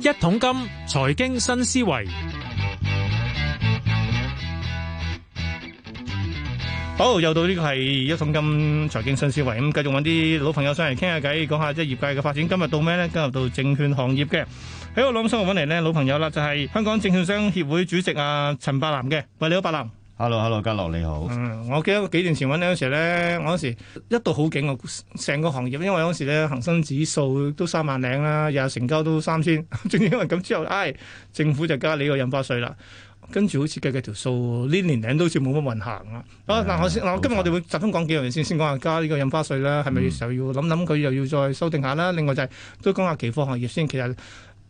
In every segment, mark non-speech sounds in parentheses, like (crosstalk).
一桶金財經新思維，好，又到呢個係一桶金財經新思維，咁繼續揾啲老朋友上嚟傾下偈，講下即係業界嘅發展。今日到咩呢？今日到證券行業嘅。喺我諗想揾嚟呢老朋友啦，就係、香港證券商協會主席啊陳柏楠嘅。喂，你好，柏楠。 Hello，Hello，家樂你好。嗯，我記得幾年前揾你嗰時咧，我嗰時一度好勁啊，成個行業，因為嗰時咧恒生指數都三萬零啦，日日成交都三千， (laughs) 正因為咁之後，唉、政府就加你個印花稅啦。跟住好似計計條數，呢年零都好似冇乜運行啦。好啦，嗱我先，嗱我今日我哋會集中講幾樣嘢先，先講下加呢個印花稅啦，係咪又要諗諗佢又要再修訂下啦？另外就係、都講下期貨行業先，其實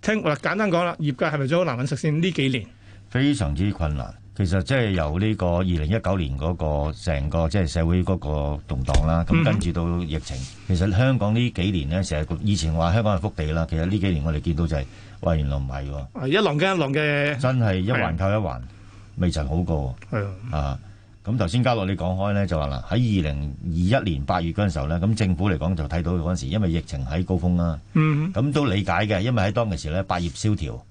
聽嗱簡單講啦，業界係咪真係好難揾食先？呢幾年非常之困難。其實即係由呢個二零一九年嗰個成個即係社會嗰個動盪啦，咁跟住到疫情，其實香港呢幾年呢，成日以前話香港係福地啦，其實呢幾年我哋見到就係、喂，原來唔係喎，啊一浪嘅一浪嘅真係一環扣一環，未曾好過係啊啊！咁頭先嘉樂你講開呢，就話啦，喺二零二一年八月嗰陣時候呢，咁政府嚟講就睇到嗰陣時，因為疫情喺高峰啦，嗯咁都理解嘅，因為喺當其時呢，百業蕭條。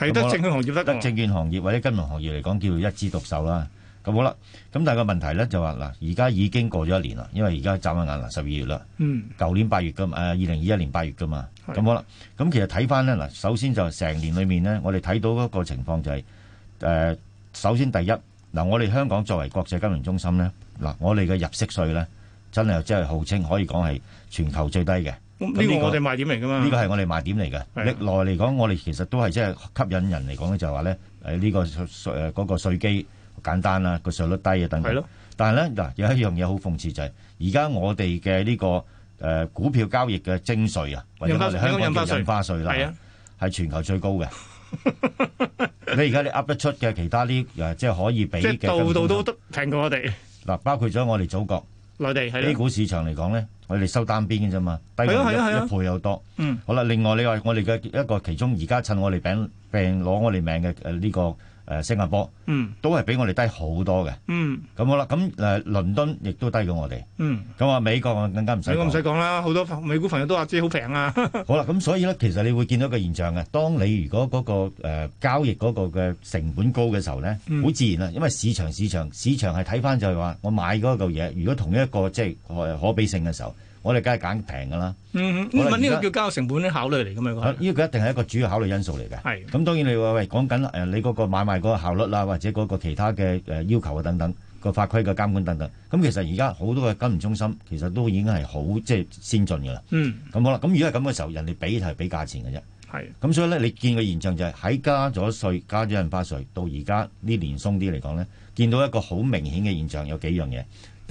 係得證券行業得得㗎證券行業或者金融行業嚟講，叫做一枝獨秀啦。咁好啦，咁但係個問題咧就話嗱，而家已經過咗一年啦，因為而家眨下眼啦，十二月啦，嗯。舊年八月噶，誒二零二一年八月噶嘛，係咁好啦。咁其實睇翻咧嗱，首先就成年裏面咧，我哋睇到嗰個情況就係、誒、首先第一嗱，我哋香港作為國際金融中心咧，嗱，我哋嘅入息稅咧，真係即係號稱可以講係全球最低嘅。咁咁呢呢個個我哋賣點嚟噶嘛？呢個係我哋賣點嚟嘅。係啊歷來嚟講，我哋其實都係即係吸引人嚟講咧，就係話咧，誒呢個稅誒嗰個稅基簡單啦，個稅率低啊等係等咯。，但係咧嗱，有一樣嘢好諷刺就係，而家我哋嘅呢個誒股票交易嘅徵稅啊，或者我哋香印花港稅嘅印花稅係啊，，啦係全球最高 (laughs) 嘅。你而家你噏得出嘅其他啲誒，即係可以俾即係嘅度度都金得平過我哋額嗱，包括咗我哋祖國內地係 A 咯，股市場嚟講咧，我哋收單邊嘅啫嘛，低過係啊係啊係啊一一倍又多。嗯，好啦，另外你話我哋嘅一個其中而家趁我哋病病攞我哋命嘅誒呢個誒、呃新加坡，嗯都係比我哋低好多嘅。嗯咁好啦，咁誒、呃、倫敦亦都低過我哋，嗯，咁啊美國啊更加唔使美國唔使講。講啦，好多美股朋友都話自己好平啊，好啦，咁所以咧，其實你會見到一個現象嘅，當你如果嗰、個、呃、交易嗰個嘅成本高嘅時候咧，好、嗯自然啦，因為市場市場市場係睇翻就係話我買嗰嚿嘢，如果同一個即係可可比性嘅時候，我哋梗係揀平㗎啦。 (laughs) 嗯，好啦咁呢而個家叫交易成本考慮嚟㗎嘛，啊呢呢個一定係一個主要考慮因素嚟嘅。係咁當然你話喂講緊誒你嗰個買賣嗰個效率啦，或者嗰個其他嘅誒要求啊等等，個法規嘅監管等等。咁其實而家好多嘅金融中心其實都已經係好即係先進嘅啦。個嗯咁好啦，咁如果係咁嘅時候，人哋俾就係俾價錢嘅啫。係咁所以咧，你見個現象就係喺加咗稅、加咗印花稅到而家呢年鬆啲嚟講咧，見到一個好明顯嘅現象有幾樣嘢。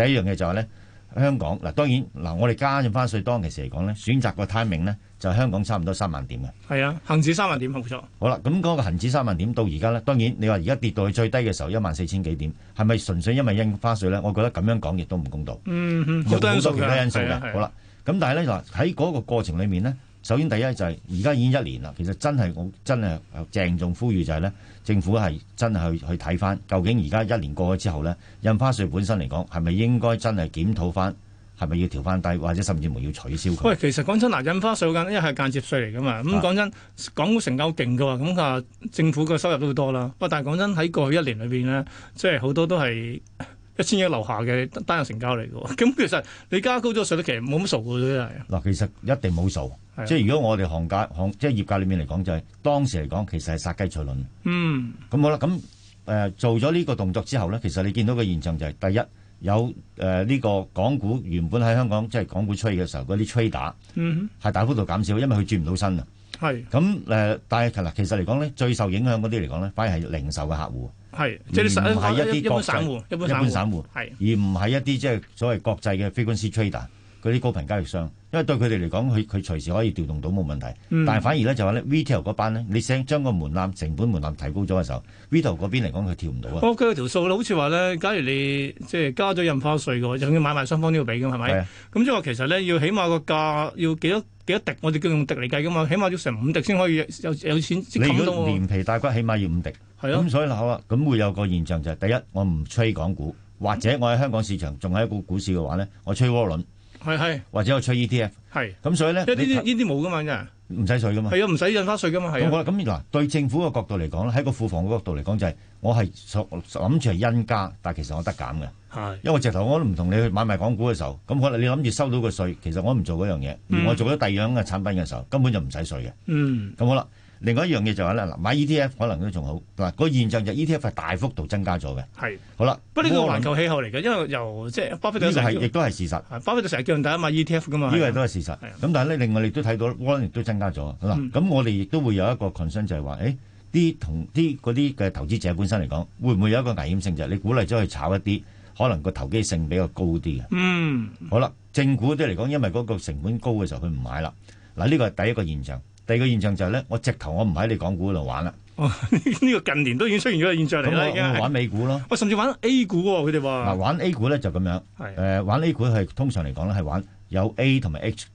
第一樣嘢就係咧，香港嗱當然嗱，我哋加印花稅當其時嚟講咧，選擇個 timing 咧就係香港差唔多三萬點嘅。係啊，恒指三萬點冇錯，好啦，咁嗰個恆指三萬點到而家咧，當然你話而家跌到去最低嘅時候一萬四千幾點，係咪純粹因為印花稅咧？我覺得咁樣講亦都唔公道，嗯嗯，有好多因素其他因素係啊係嘅。啊好啦，咁但係咧嗱喺嗰個過程裡面咧，首先第一就係而家已經一年啦，其實真係我真係呃鄭重呼籲就係咧，政府係真係去去睇翻究竟而家一年過咗之後咧，印花稅本身嚟講係咪應該真係檢討翻，係咪要調翻低，或者甚至乎要取消佢？喂，其實講真嗱，印花稅緊，因為係間接稅嚟噶嘛。咁啊講真，港股成交勁嘅話，咁啊政府嘅收入都好多啦。不過但係講真，喺過去一年裏邊咧，即係好多都係 (laughs) 一千億樓下嘅單日成交嚟嘅喎。 (laughs) 咁其實你加高咗稅率，其實冇乜數嘅啫，真係。嗱，其實一定冇數係啊，即係如果我哋行界行即係業界裏面嚟講，就係、當時嚟講其實係殺雞取卵。嗯，咁好啦，咁誒、呃做咗呢個動作之後咧，其實你見到嘅現象就係、第一有誒呢、個港股原本喺香港即係港股 trade 嘅時候嗰啲 trader 嗯係大幅度減少，因為佢轉唔到身啊。哼，係咁誒、呃但係嗱，其實嚟講咧，最受影響嗰啲嚟講咧，反而係零售嘅客戶，係，即係你唔係實啊一啲一般國際散戶，一般一散般戶散係戶，而唔係一啲即係所謂國際嘅 frequency trader 嗰啲高頻交易商，因為對佢哋嚟講，佢佢隨時可以調動到冇問題。嗯但係反而咧就話咧 retail 嗰班咧，你想將個門檻成本門檻提高咗嘅時候，retail 嗰邊嚟講佢跳唔到啊。我計條數啦，好似話咧，假如你即係加咗印花稅嘅話，仲要買賣雙方都要俾嘅嘛，係咪係？啊，咁即係話其實咧，要起碼個價要幾多幾多滴，我哋叫用滴嚟計噶嘛，起碼要成五滴先可以有有錢先你冚到如果喎。連皮帶骨，起碼要五滴。係咯咁，所以好啊，咁會有個現象就係、第一，我唔吹港股，或者我喺香港市場仲係一個股市嘅話咧，我吹窩輪。係係或者我吹 ETF。係，咁所以咧，因為呢啲你呢啲冇噶嘛，真係唔使水噶嘛。係啊，唔使印花税噶嘛，係咁啊好啦，咁嗱，對政府嘅角度嚟講咧，喺個庫房嘅角度嚟講，就係我係所諗住係因加，但係其實我得減嘅，係因為直頭我都唔同你去買賣港股嘅時候，咁可能你諗住收到個稅，其實我唔做嗰樣嘢，嗯而我做咗第二樣嘅產品嘅時候，根本就唔使稅嘅。嗯咁好啦，另外一樣嘢就係咧，嗱買 ETF 可能都仲好，嗱、個現象就 E ETF 係大幅度增加咗嘅。係。好啦，不過呢個我諗環球氣候嚟嘅，因為由即係巴菲特呢個成係亦日都係事實。巴菲特成日叫人大家買 ETF 噶嘛，呢個係都啊係事實。係啊咁但係咧，另外你都睇到 Warren 亦都增加咗。嗯嗱，咁我哋亦都會有一個 concern 就係話，誒啲同啲嗰啲嘅投資者本身嚟講，會唔會有一個危險性就係你鼓勵咗去炒一啲可能個投機性比較高啲嘅？嗯 (laughs) 好啦，正股啲嚟講，因為嗰個成本高嘅時候，佢唔買啦。嗱，呢個係第一個現象。第二個現象就係咧，我直頭我唔喺你港股度玩啦，哦呢個近年都已經出現咗個現象咁嚟啦，已啊經我我係玩美股咯。喂，甚至玩 A 股喎，佢哋嗱，話玩 A 股咧就咁樣。誒、係玩 A 股係通常嚟講咧係玩有 A 同埋 H，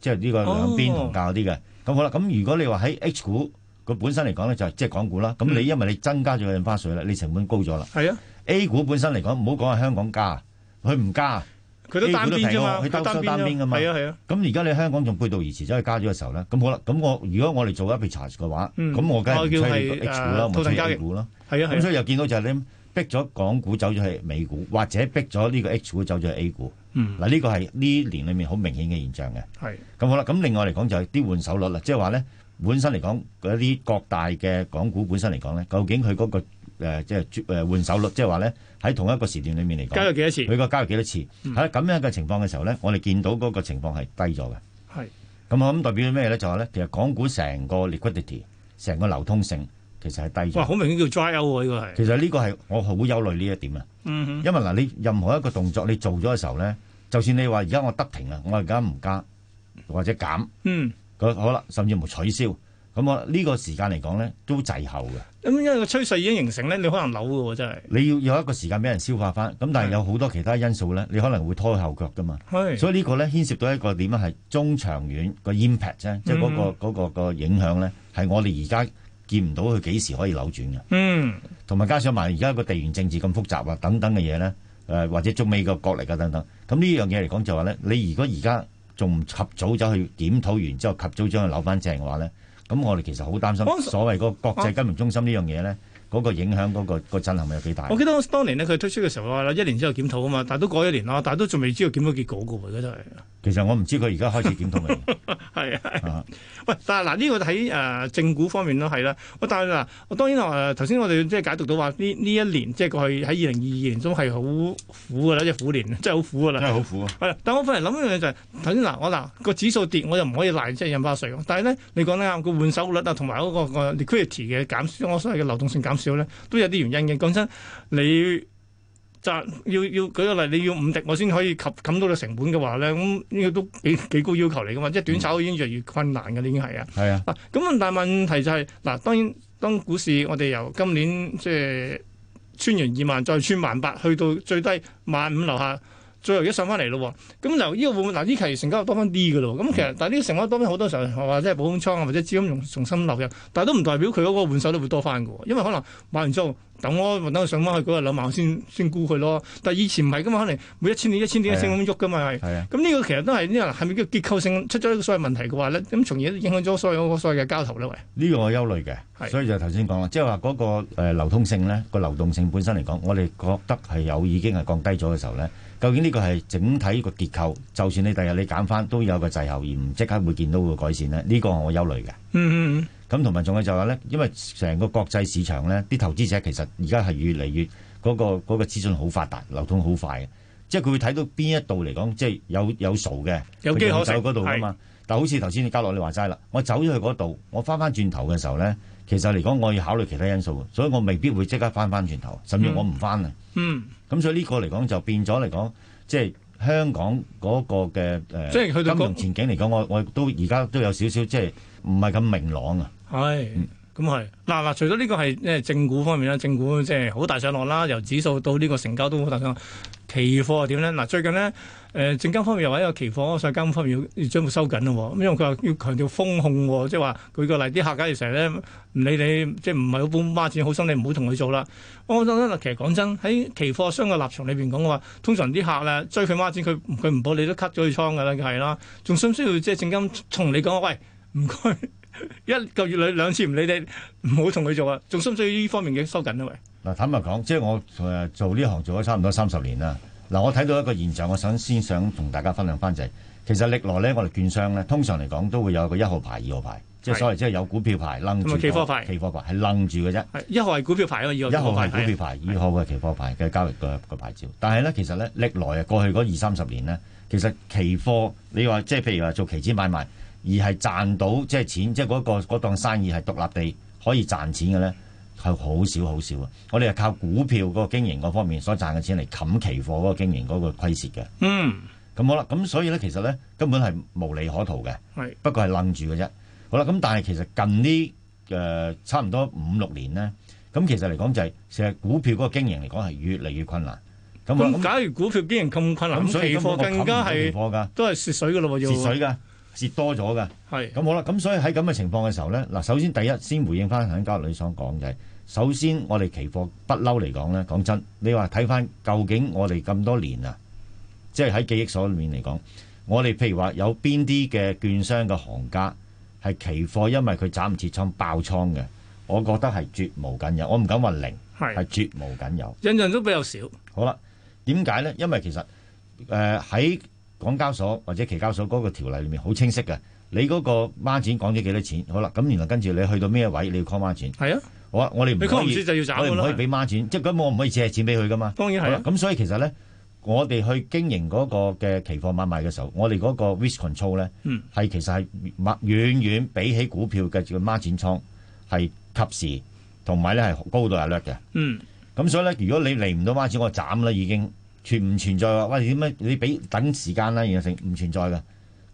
即係哦呢個兩邊同價嗰啲嘅。咁、好啦，咁如果你話喺 H 股佢本身嚟講咧就係即係港股啦，嗯咁你因為你增加咗個印花税啦，你成本高咗啦。係啊， A 股本身嚟講唔好講係香港加，佢唔加。佢都 A 單股都邊啫嘛，平喎佢兜收單邊㗎嘛係啊係啊，咁而家你香港仲背道而馳走去加咗嘅時候咧，咁好啦，咁我如果我哋做 arbitrage 嘅話，咁、嗯我梗係我唔叫吹你係啊個 H 誒股啦，我套陣吹交易 A 股啦。係啊咁係啊，所以又見到就係你逼咗港股走咗去美股，或者逼咗呢個 H 股走咗去 A 股。嗯嗱，呢個係呢年裏面好明顯嘅現象嘅。係咁好啦，咁另外嚟講就係啲換手率啦，即係話咧，本身嚟講嗰啲各大嘅港股本身嚟講咧，究竟佢嗰、個、嗯呃、即係誒換手率，即係話咧喺同一個時段裏面嚟交講，咗嗯幾多次佢個交易幾多次？喺咁、樣嘅情況嘅時候咧，我哋見到嗰個情況係低咗嘅。係咁我咁代表咩咧？就係咧，其實港股成個 liquidity，成個流通性其實係低哇，咗。好明顯叫 dry out 喎，呢個係其實呢個係我好憂慮呢一點啊。嗯哼因為嗱，你任何一個動作你做咗嘅時候咧，就算你話而家我得停啊，我而家唔加或者減，嗯。佢好啦，甚至乎取消，咁我呢個時間嚟講咧都滯後嘅。咁因為個趨勢已經形成咧，你可能扭嘅喎，真係。你要有一個時間俾人消化翻，咁但係有好多其他因素咧，你可能會拖後腳噶嘛。係。所以呢個咧牽涉到一個點啊，係中長遠個 impact 啫，即係嗰個嗰個個影響咧，係我哋而家見唔到佢幾時可以扭轉嘅。嗯，同埋加上埋而家個地緣政治咁複雜啊，等等嘅嘢咧，誒、或者中美個角力啊等等，咁呢樣嘢嚟講就話咧，你如果而家仲唔及早走去檢討完之後，及早將佢扭翻正嘅話咧，咁我哋其實好擔我心所謂個國際金融中心呢樣嘢咧，嗰、個影響嗰、個、個震撼有幾大我？記得當年咧佢推出嘅時候話啦，一年之後檢討啊嘛，但係都過一年啦，但係都仲未知道檢討結果嘅喎，而家真係。其實我唔知佢而家開始檢 (laughs) 討未。係啊係啊啊，喂， (laughs) 但係嗱呢個喺誒正股方面都係啦。喂，但係嗱，我當然誒頭先我哋即係解讀到話呢呢一年即係過去喺二零二二年中係好苦㗎啦，即係苦年，真係好苦㗎啦。係好苦啊！係啦，但我反嚟諗一樣嘢就係頭先嗱，我嗱個指數跌，我又唔可以賴即係印花税喎。但係咧，你講得啱，個換手率啊，同埋嗰個個 liquidity 嘅減少，我所謂嘅流動性減少咧，都有啲原因嘅。講真，你就要要舉個例，你要五滴我先可以及冚到個成本嘅話咧，咁呢個都幾 (laughs) 幾高要求嚟噶嘛。即係短炒已經越嚟越困難嘅，已經係啊。係啊，嗱，咁但係問題就係、啊嗱，當然當股市我哋由今年即係穿完二萬，再穿萬八，去到最低萬五樓下，最後一上翻嚟咯喎。咁由呢個會唔會嗱呢期成交又多翻啲嘅咯？咁其實但係呢個成交多翻好多時候，或者係保空倉啊，或者資金重重新流入，但係都唔代表佢嗰個換手都會多翻嘅喎，因為可能買完之後等我等佢上翻去嗰個兩萬我先先沽佢咯。但係以前唔係噶嘛，可能每一千點一千點一千點咁喐噶嘛係。係啊。咁呢個其實都係呢個係咪叫結構性出咗一個所謂問題嘅話咧，咁從而影響咗所有所謂嘅交投咧？喂，呢個我憂慮係嘅，所以就頭先講啦，即係話嗰個呃流通性咧，個流動性本身嚟講，我哋覺得係有已經係降低咗嘅時候咧，究竟呢個係整體個結構，就算你第日你減翻，都有個滯後而唔即刻會見到個改善咧，呢個我憂慮嘅。嗯嗯咁同埋仲有就係話咧，因為成個國際市場咧，啲投資者其實而家係越嚟越嗰、個嗰、個資訊好發達，流通好快嘅，即係佢會睇到邊一度嚟講，即係有有數嘅，有機佢就可走乘嗰度噶嘛。但好似頭先你嘉樂你話齋啦，我走咗去嗰度，我翻翻轉頭嘅時候咧，其實嚟講我要考慮其他因素，所以我未必會即刻翻翻轉頭，甚至我唔翻啊。嗯，咁、所以呢個嚟講就變咗嚟講，即係香港嗰個嘅誒、呃即係去到金嗰融前景嚟講，我我都而家都有少少即係唔係咁明朗啊。係。咁係嗱嗱，除咗呢個係誒正股方面啦，正股即係好大上落啦，由指數到呢個成交都好大上落。期貨係點咧？嗱，最近咧誒證監方面又話一個期貨上監方面要要將佢收緊咯喎，咁因為佢話要強調風控喎，即係話舉個例，啲客假如成日咧唔理你，即係唔係好本孖展好心，你唔好同佢做啦。我覺得咧，嗱，其實講真喺期貨商嘅立場裏邊講嘅話，通常啲客咧追佢孖展，佢佢唔報你都 cut 咗佢倉㗎啦，係啦，仲需唔需要即係證監同你講喂唔該？一個月裏兩次唔理你，唔好同佢做啊！仲需唔需要呢方面嘅收緊啊？喂，嗱，坦白講，即係我誒做呢行做咗差唔多三十年啦。嗱，我睇到一個現象，我想先想同大家分享翻就係、其實歷來咧，我哋券商咧，通常嚟講都會有一個一號牌、二號牌，即係係所謂即係有股票牌楞同住埋期貨牌期貨牌係楞住嘅啫。係一號係股票牌啊，二一號號係係股票牌，二號係期貨牌嘅交易嘅個牌照。但係咧，其實咧歷來啊過去嗰二三十年咧，其實期貨你話即係譬如話做期指買賣，而係賺到即係錢，即係嗰個嗰檔生意係獨立地可以賺錢嘅咧，係好少好少啊！我哋係靠股票嗰個經營嗰方面所賺嘅錢嚟冚期貨嗰個經營嗰個虧蝕嘅。嗯，咁好啦，咁所以咧其實咧根本係無利可圖嘅。係不過係楞住嘅啫。好啦，咁但係其實近呢誒、呃差唔多五六年咧，咁其實嚟講就係其實股票嗰個經營嚟講係越嚟越困難。咁好啦咁咁啊假如股票竟然咁困難，咁咁所以期根本貨我冚更唔加到期係貨㗎，都係蝕水㗎咯喎，要蝕水㗎，蝕多咗㗎。係咁好啦，咁所以喺咁嘅情況嘅時候咧，嗱，首先第一先回應翻陳家女所講就係、首先我哋期貨不嬲嚟講咧，講真，你話睇翻究竟我哋咁多年啊，即係喺記憶所裏面嚟講，我哋譬如話有邊啲嘅券商嘅行家係期貨，因為佢斬唔切倉爆倉嘅，我覺得係絕無僅有，我唔敢話零，係係絕無僅有。印象都比較少，好啦，點解咧？因為其實誒喺、港交所或者期交所嗰個條例裏面好清晰嘅，你嗰個孖展講咗幾多錢，好啦，咁然後跟住你去到咩位你要 call 孖展，係啊，好啦，我哋唔你講可唔知以，就要我斬哋㗎唔可以啦，俾孖展，即係咁我唔可以借錢俾佢噶嘛。當然好係啦啊，咁所以其實咧，我哋去經營嗰個嘅期貨買賣嘅時候，我哋嗰個 risk control 咧，係、嗯其實係遠遠比起股票嘅孖展倉係及時，同埋咧係高度 alert 嘅。嗯，咁所以咧，如果你嚟唔到孖展，我斬啦已經存唔存在啊？喂，點解你俾等時間啦，然後成唔存在嘅。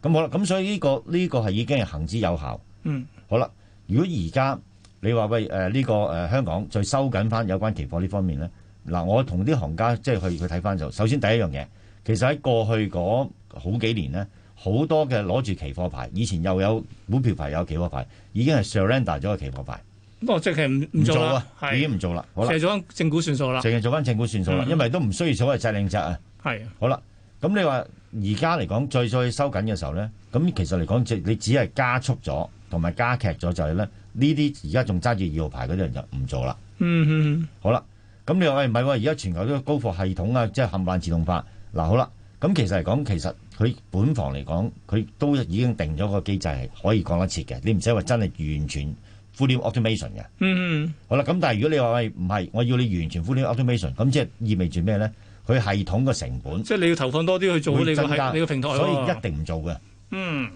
咁好啦，咁所以呢、個呢、個係已經係行之有效。嗯，好啦，如果而家你話喂誒呢、個誒、呃香港再收緊翻有關期貨呢方面咧，嗱，我同啲行家即係去去睇翻就，首先第一樣嘢，其實喺過去嗰好幾年咧，好多嘅攞住期貨牌，以前又有股票牌，有期貨牌，已經係 surrender 咗個期貨牌，不過即係唔唔唔做做啦啊，，已係經唔做啦。好啦。借咗正股算數啦，淨係做翻正股算數啦，嗯因為都唔需要所謂制令制啊。係嗯好啦，咁你話而家嚟講最再收緊嘅時候咧，咁其實嚟講，即你只係加速咗同埋加劇咗，就係咧呢啲而家仲揸住二號牌嗰啲人就唔做啦。嗯嗯嗯好啦，咁你話喂唔係喎，而家全球都高貨系統啊，即係冚唪唥自動化。嗱好啦，咁其實嚟講，其實佢本房嚟講，佢都已經定咗個機制係可以講得切嘅，你唔使話真係完全 full automation 嘅。嗯好啦，咁但係如果你話喂唔係，我要你完全 full automation，咁即係意味住咩咧？佢系統嘅成嗯，本即係你要投放多啲去做你會個增加，係你個平台喎，所以一定唔做嘅。嗯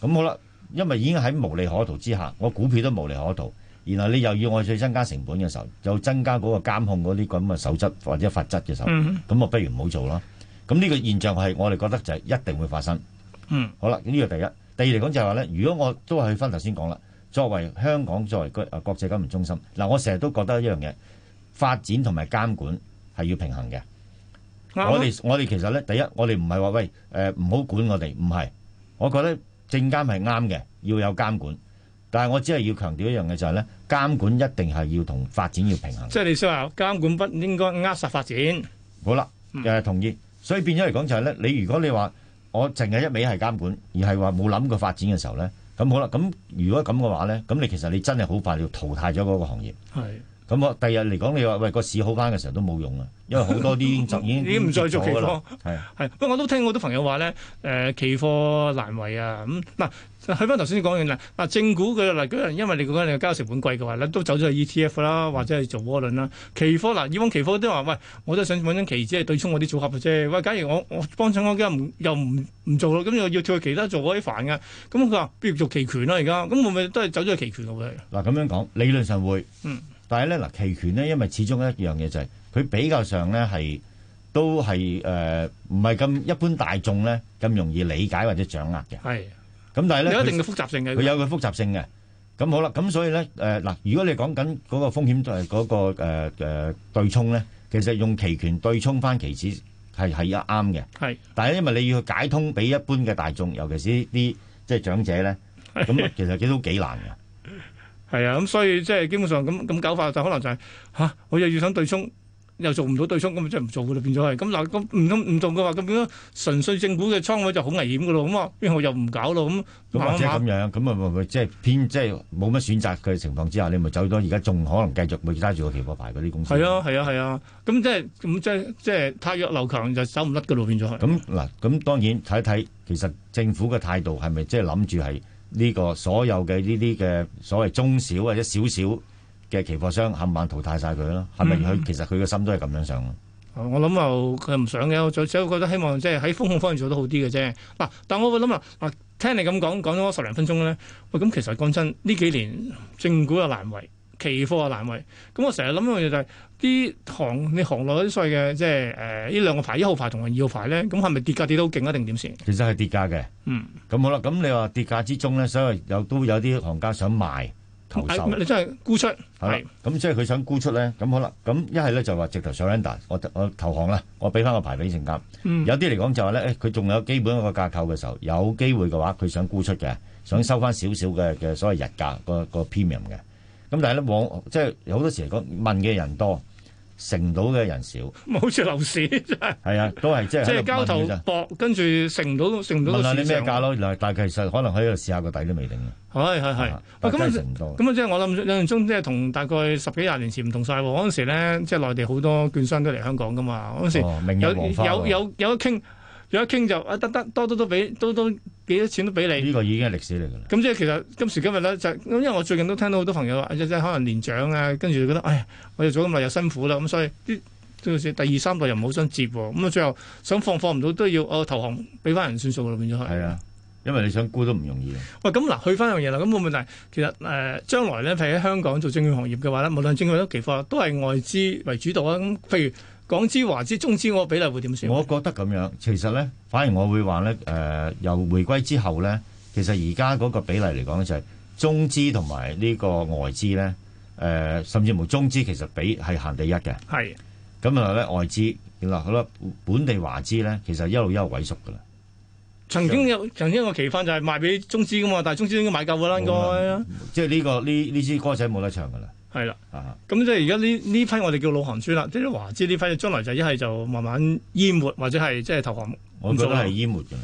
咁好啦，因為已經喺無利可圖之下，我股票都無利可圖，然後你又要我去增加成本嘅時候，又增加嗰個監控嗰啲咁嘅守則或者法則嘅時候，咁、嗯我不如唔好做啦。咁呢個現象係我哋覺得就係一定會發生。嗯，好啦，呢個第一。第二嚟講就係話咧，如果我都係去翻頭先講啦，作為香港作為呃國國際金融中心，嗱，我成日都覺得一樣嘢，發展同埋監管係要平衡嘅。啱啊我哋我哋其實咧，第一我哋唔係話喂誒唔好管我哋，唔係，我覺得證監係啱嘅，要有監管。但係我只係要強調一樣嘢就係咧，監管一定係要同發展要平衡。即係你想話監管不應該扼殺發展，好啦，嗯誒、同意。所以變咗嚟講就係咧，你如果你話我淨係一味係監管，而係話冇諗過發展嘅時候咧，咁好啦。咁如果咁嘅話咧，咁你其實你真係好快要淘汰咗嗰個行業。係咁我第日嚟講，你話喂個市好翻嘅時候都冇用啊，因為好多啲 (laughs) 已經已經已經唔再做期咗㗎啦貨。係係，不過我都聽好多朋友話咧，誒、期貨難為啊，咁、嗱。去翻頭先講完啦，嗱正股嘅嗱，嗰樣因為你講緊你嘅交易成本貴嘅話咧，都走咗去 ETF 嗯啦，或者係做窩輪啦。期貨嗱，以往期貨都話喂，我都想揾張期指係對沖我啲組合嘅啫。喂，假如我我幫襯嗰間唔又唔唔做咯，咁又要跳去其他做嗰啲煩嘅。咁佢話不如做期權啦而家，咁會唔會都係走咗去期權嘅會係？嗱咁樣講，理論上會，嗯但係咧嗱，期權咧，因為始終一樣嘢就係、佢比較上咧係都係誒唔係咁一般大眾咧咁容易理解或者掌握嘅。咁係但係咧，有佢一定嘅複雜性嘅佢。有佢複雜性嘅。咁好啦，咁所以咧誒嗱，如果你講緊嗰個風險誒嗰、個誒誒、對沖咧，其實用期權對沖翻期指係係啱 (laughs) 嘅。係但係因為你要去解通俾一般嘅大眾，尤其是啲即係長者咧，咁其實都幾難嘅。係啊，咁所以即係基本上咁咁搞法就可能就係、吓、我又要想對沖，又做唔到對沖，咁咪即係唔做噶啦，變咗係咁嗱，咁唔通唔做嘅話，咁變咗純粹政府嘅倉位就好危險噶咯，咁啊，邊個又唔搞咯，咁咁或者慢咁樣，咁啊咪咪即係偏即係冇乜選擇嘅情況之下，你咪走咗而家仲可能繼續咪揸住個期貨牌嗰啲公司。係啊，係啊，係啊，咁即係咁即係即係太弱流強就走唔甩噶咯，變咗係。咁嗱，咁當然睇一睇，其實政府嘅態度係咪即係諗住係呢個所有嘅呢啲嘅所謂中小或者少少嘅期貨商冚唪唥淘汰晒佢啦？係咪嗯佢其實佢嘅心都係咁樣想啊？啊我諗又佢唔想嘅，我最只覺得希望即係喺風控方面做得好啲嘅啫。嗱，但我會諗啦，嗱，聽你咁講講咗十零分鐘咧，喂，咁其實講真，呢幾年正股又難為，期貨又難為。咁我成日諗一樣嘢就係、啲行你行內嗰啲所謂嘅即係誒呢兩個牌，一號牌同埋二號牌咧，咁係咪跌價跌到好勁啊？定點先？其實係跌價嘅。嗯，咁好啦，咁你話跌價之中咧，所以有都有啲行家想賣求售，哎你真係沽出，係啦係咁即係佢想沽出咧，咁好啦，咁一係咧就話直頭 surrender，我我投降啦，我俾翻個牌俾證監。嗯，有啲嚟講就話咧，誒佢仲有基本一個架構嘅時候，有機會嘅話，佢想沽出嘅，想收翻少少嘅嘅所謂日價個個 premium 嘅。咁但係咧往即係好多時嚟講，問嘅人多，成到嘅人 (laughs) 少，咪好似樓市真係，係啊，都係即係即係喺度交問投嘅啫薄，跟住成唔到成唔到問個下市你咩場。價咯，原來但係其實可能喺度試下個底都未定嘅，係係係啊。喂，但係真係咁成唔到。咁啊，即係我諗印象中，即係同大概十幾廿年前唔同晒喎。嗰陣時咧，即係內地好多券商都嚟香港噶嘛。嗰陣時哦，明日有黃花有喎有有得傾，有得傾就啊得得多多都俾，多多幾多錢都俾你。呢個已經係歷史嚟㗎啦。咁即係其實今時今日咧，就咁因為我最近都聽到好多朋友話，即係可能年長啊，跟住就覺得，唉，我又做咁耐又辛苦啦，咁所以啲都好似第二三代又唔好想接喎，咁啊最後想放放唔到都要我投降俾翻人算數啦，變咗係。係啊，因為你想沽都唔容易嘅。喂，咁嗱，去翻樣嘢啦，咁冇問題。其實誒、呃，將來咧，譬如喺香港做證券行業嘅話咧，無論證券或者期貨，都係外資為主導啊。咁譬如港資、華資、中資嗰個比例會點算？我覺得咁樣，其實咧，反而我會話咧，誒、由回歸之後咧，其實而家嗰個比例嚟講就係中資同埋呢個外資咧，誒、甚至乎中資其實比係行第一嘅，係咁啊咧外資嗱好啦，本地華資咧其實一路一路萎縮㗎啦。曾經有曾經有個期翻就係賣俾中資噶嘛，但係中資應該買夠噶啦，應該冇即係呢、個呢呢支歌仔冇得唱㗎啦，係啦。啊，咁即係而家呢呢批我哋叫老行專啦，即係華資呢批，將來就一係就慢慢淹沒，或者係即係投降。我覺得係淹沒㗎啦。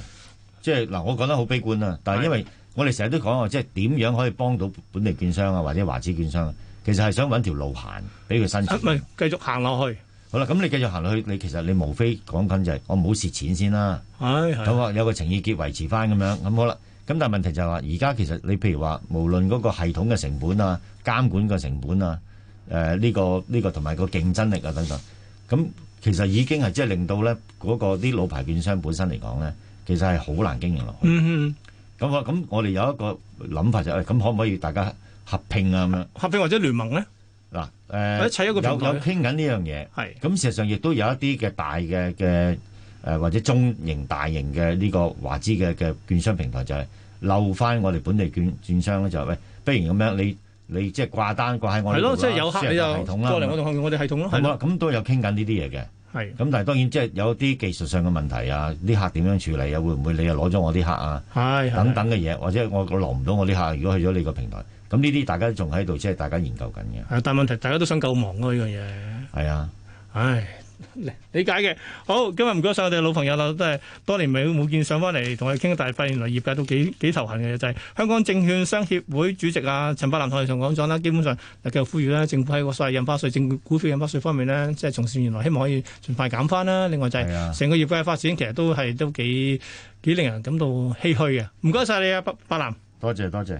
即係嗱，我覺得好悲觀啊，但係因為我哋成日都講話，即係點樣可以幫到本地券商啊，或者華資券商啊，其實係想揾條路行俾佢生啊唔。存係繼續行落去。好啦，咁你繼續行落去，你其實你無非講緊就係我唔好蝕錢先啦，係係咁啊有個情意結維持翻咁樣，咁好啦。咁但係問題就係話，而家其實你譬如話，無論嗰個系統嘅成本啊、監管嘅成本啊、誒、呢個呢個同埋個競爭力啊等等，咁其實已經係即係令到咧嗰個啲老牌券商本身嚟講咧，其實係好難經營落去。嗯嗯，咁我咁我哋有一個諗法就係、咁可唔可以大家合拼啊咁樣？合併或者聯盟咧，嗱，誒、或者砌一個有平有台。傾緊呢樣嘢。係咁事實上亦都有一啲嘅大嘅嘅誒或者中型、大型嘅呢個華資嘅嘅券商平台就係漏翻我哋本地券券商咧，就係喂，不如咁樣你你即係掛單掛喺我係哋咯，度即係啦有客輸入你個就系統啦過嚟我哋我哋系統咯，咁係咁咯啊，咁都有傾緊呢啲嘢嘅。係。咁但係當然即係有啲技術上嘅問題啊，啲客點樣處理啊？會唔會你又攞咗我啲客啊？係係等等嘅嘢，或者我我攞唔到我啲客，如果去咗你個平台，咁呢啲大家仲喺度，即係大家研究緊嘅。係啊但問題大家都想救亡咯呢樣嘢，係啊，唉。理解嘅，好，今日唔該晒我哋嘅老朋友啦，都係多年未冇見，上翻嚟同我哋傾，但係發現原來業界都幾幾頭痕嘅，就係、香港證券商協會主席啊陳百林同我哋仲講咗啦，基本上嗱繼續呼籲啦，政府喺個所謂印花稅、正股票印花稅方面呢，即係從善原來希望可以盡快減翻啦。另外就係係啊成個業界嘅發展其實都係都幾幾令人感到唏噓嘅。唔該晒你啊，百百林。多謝多謝。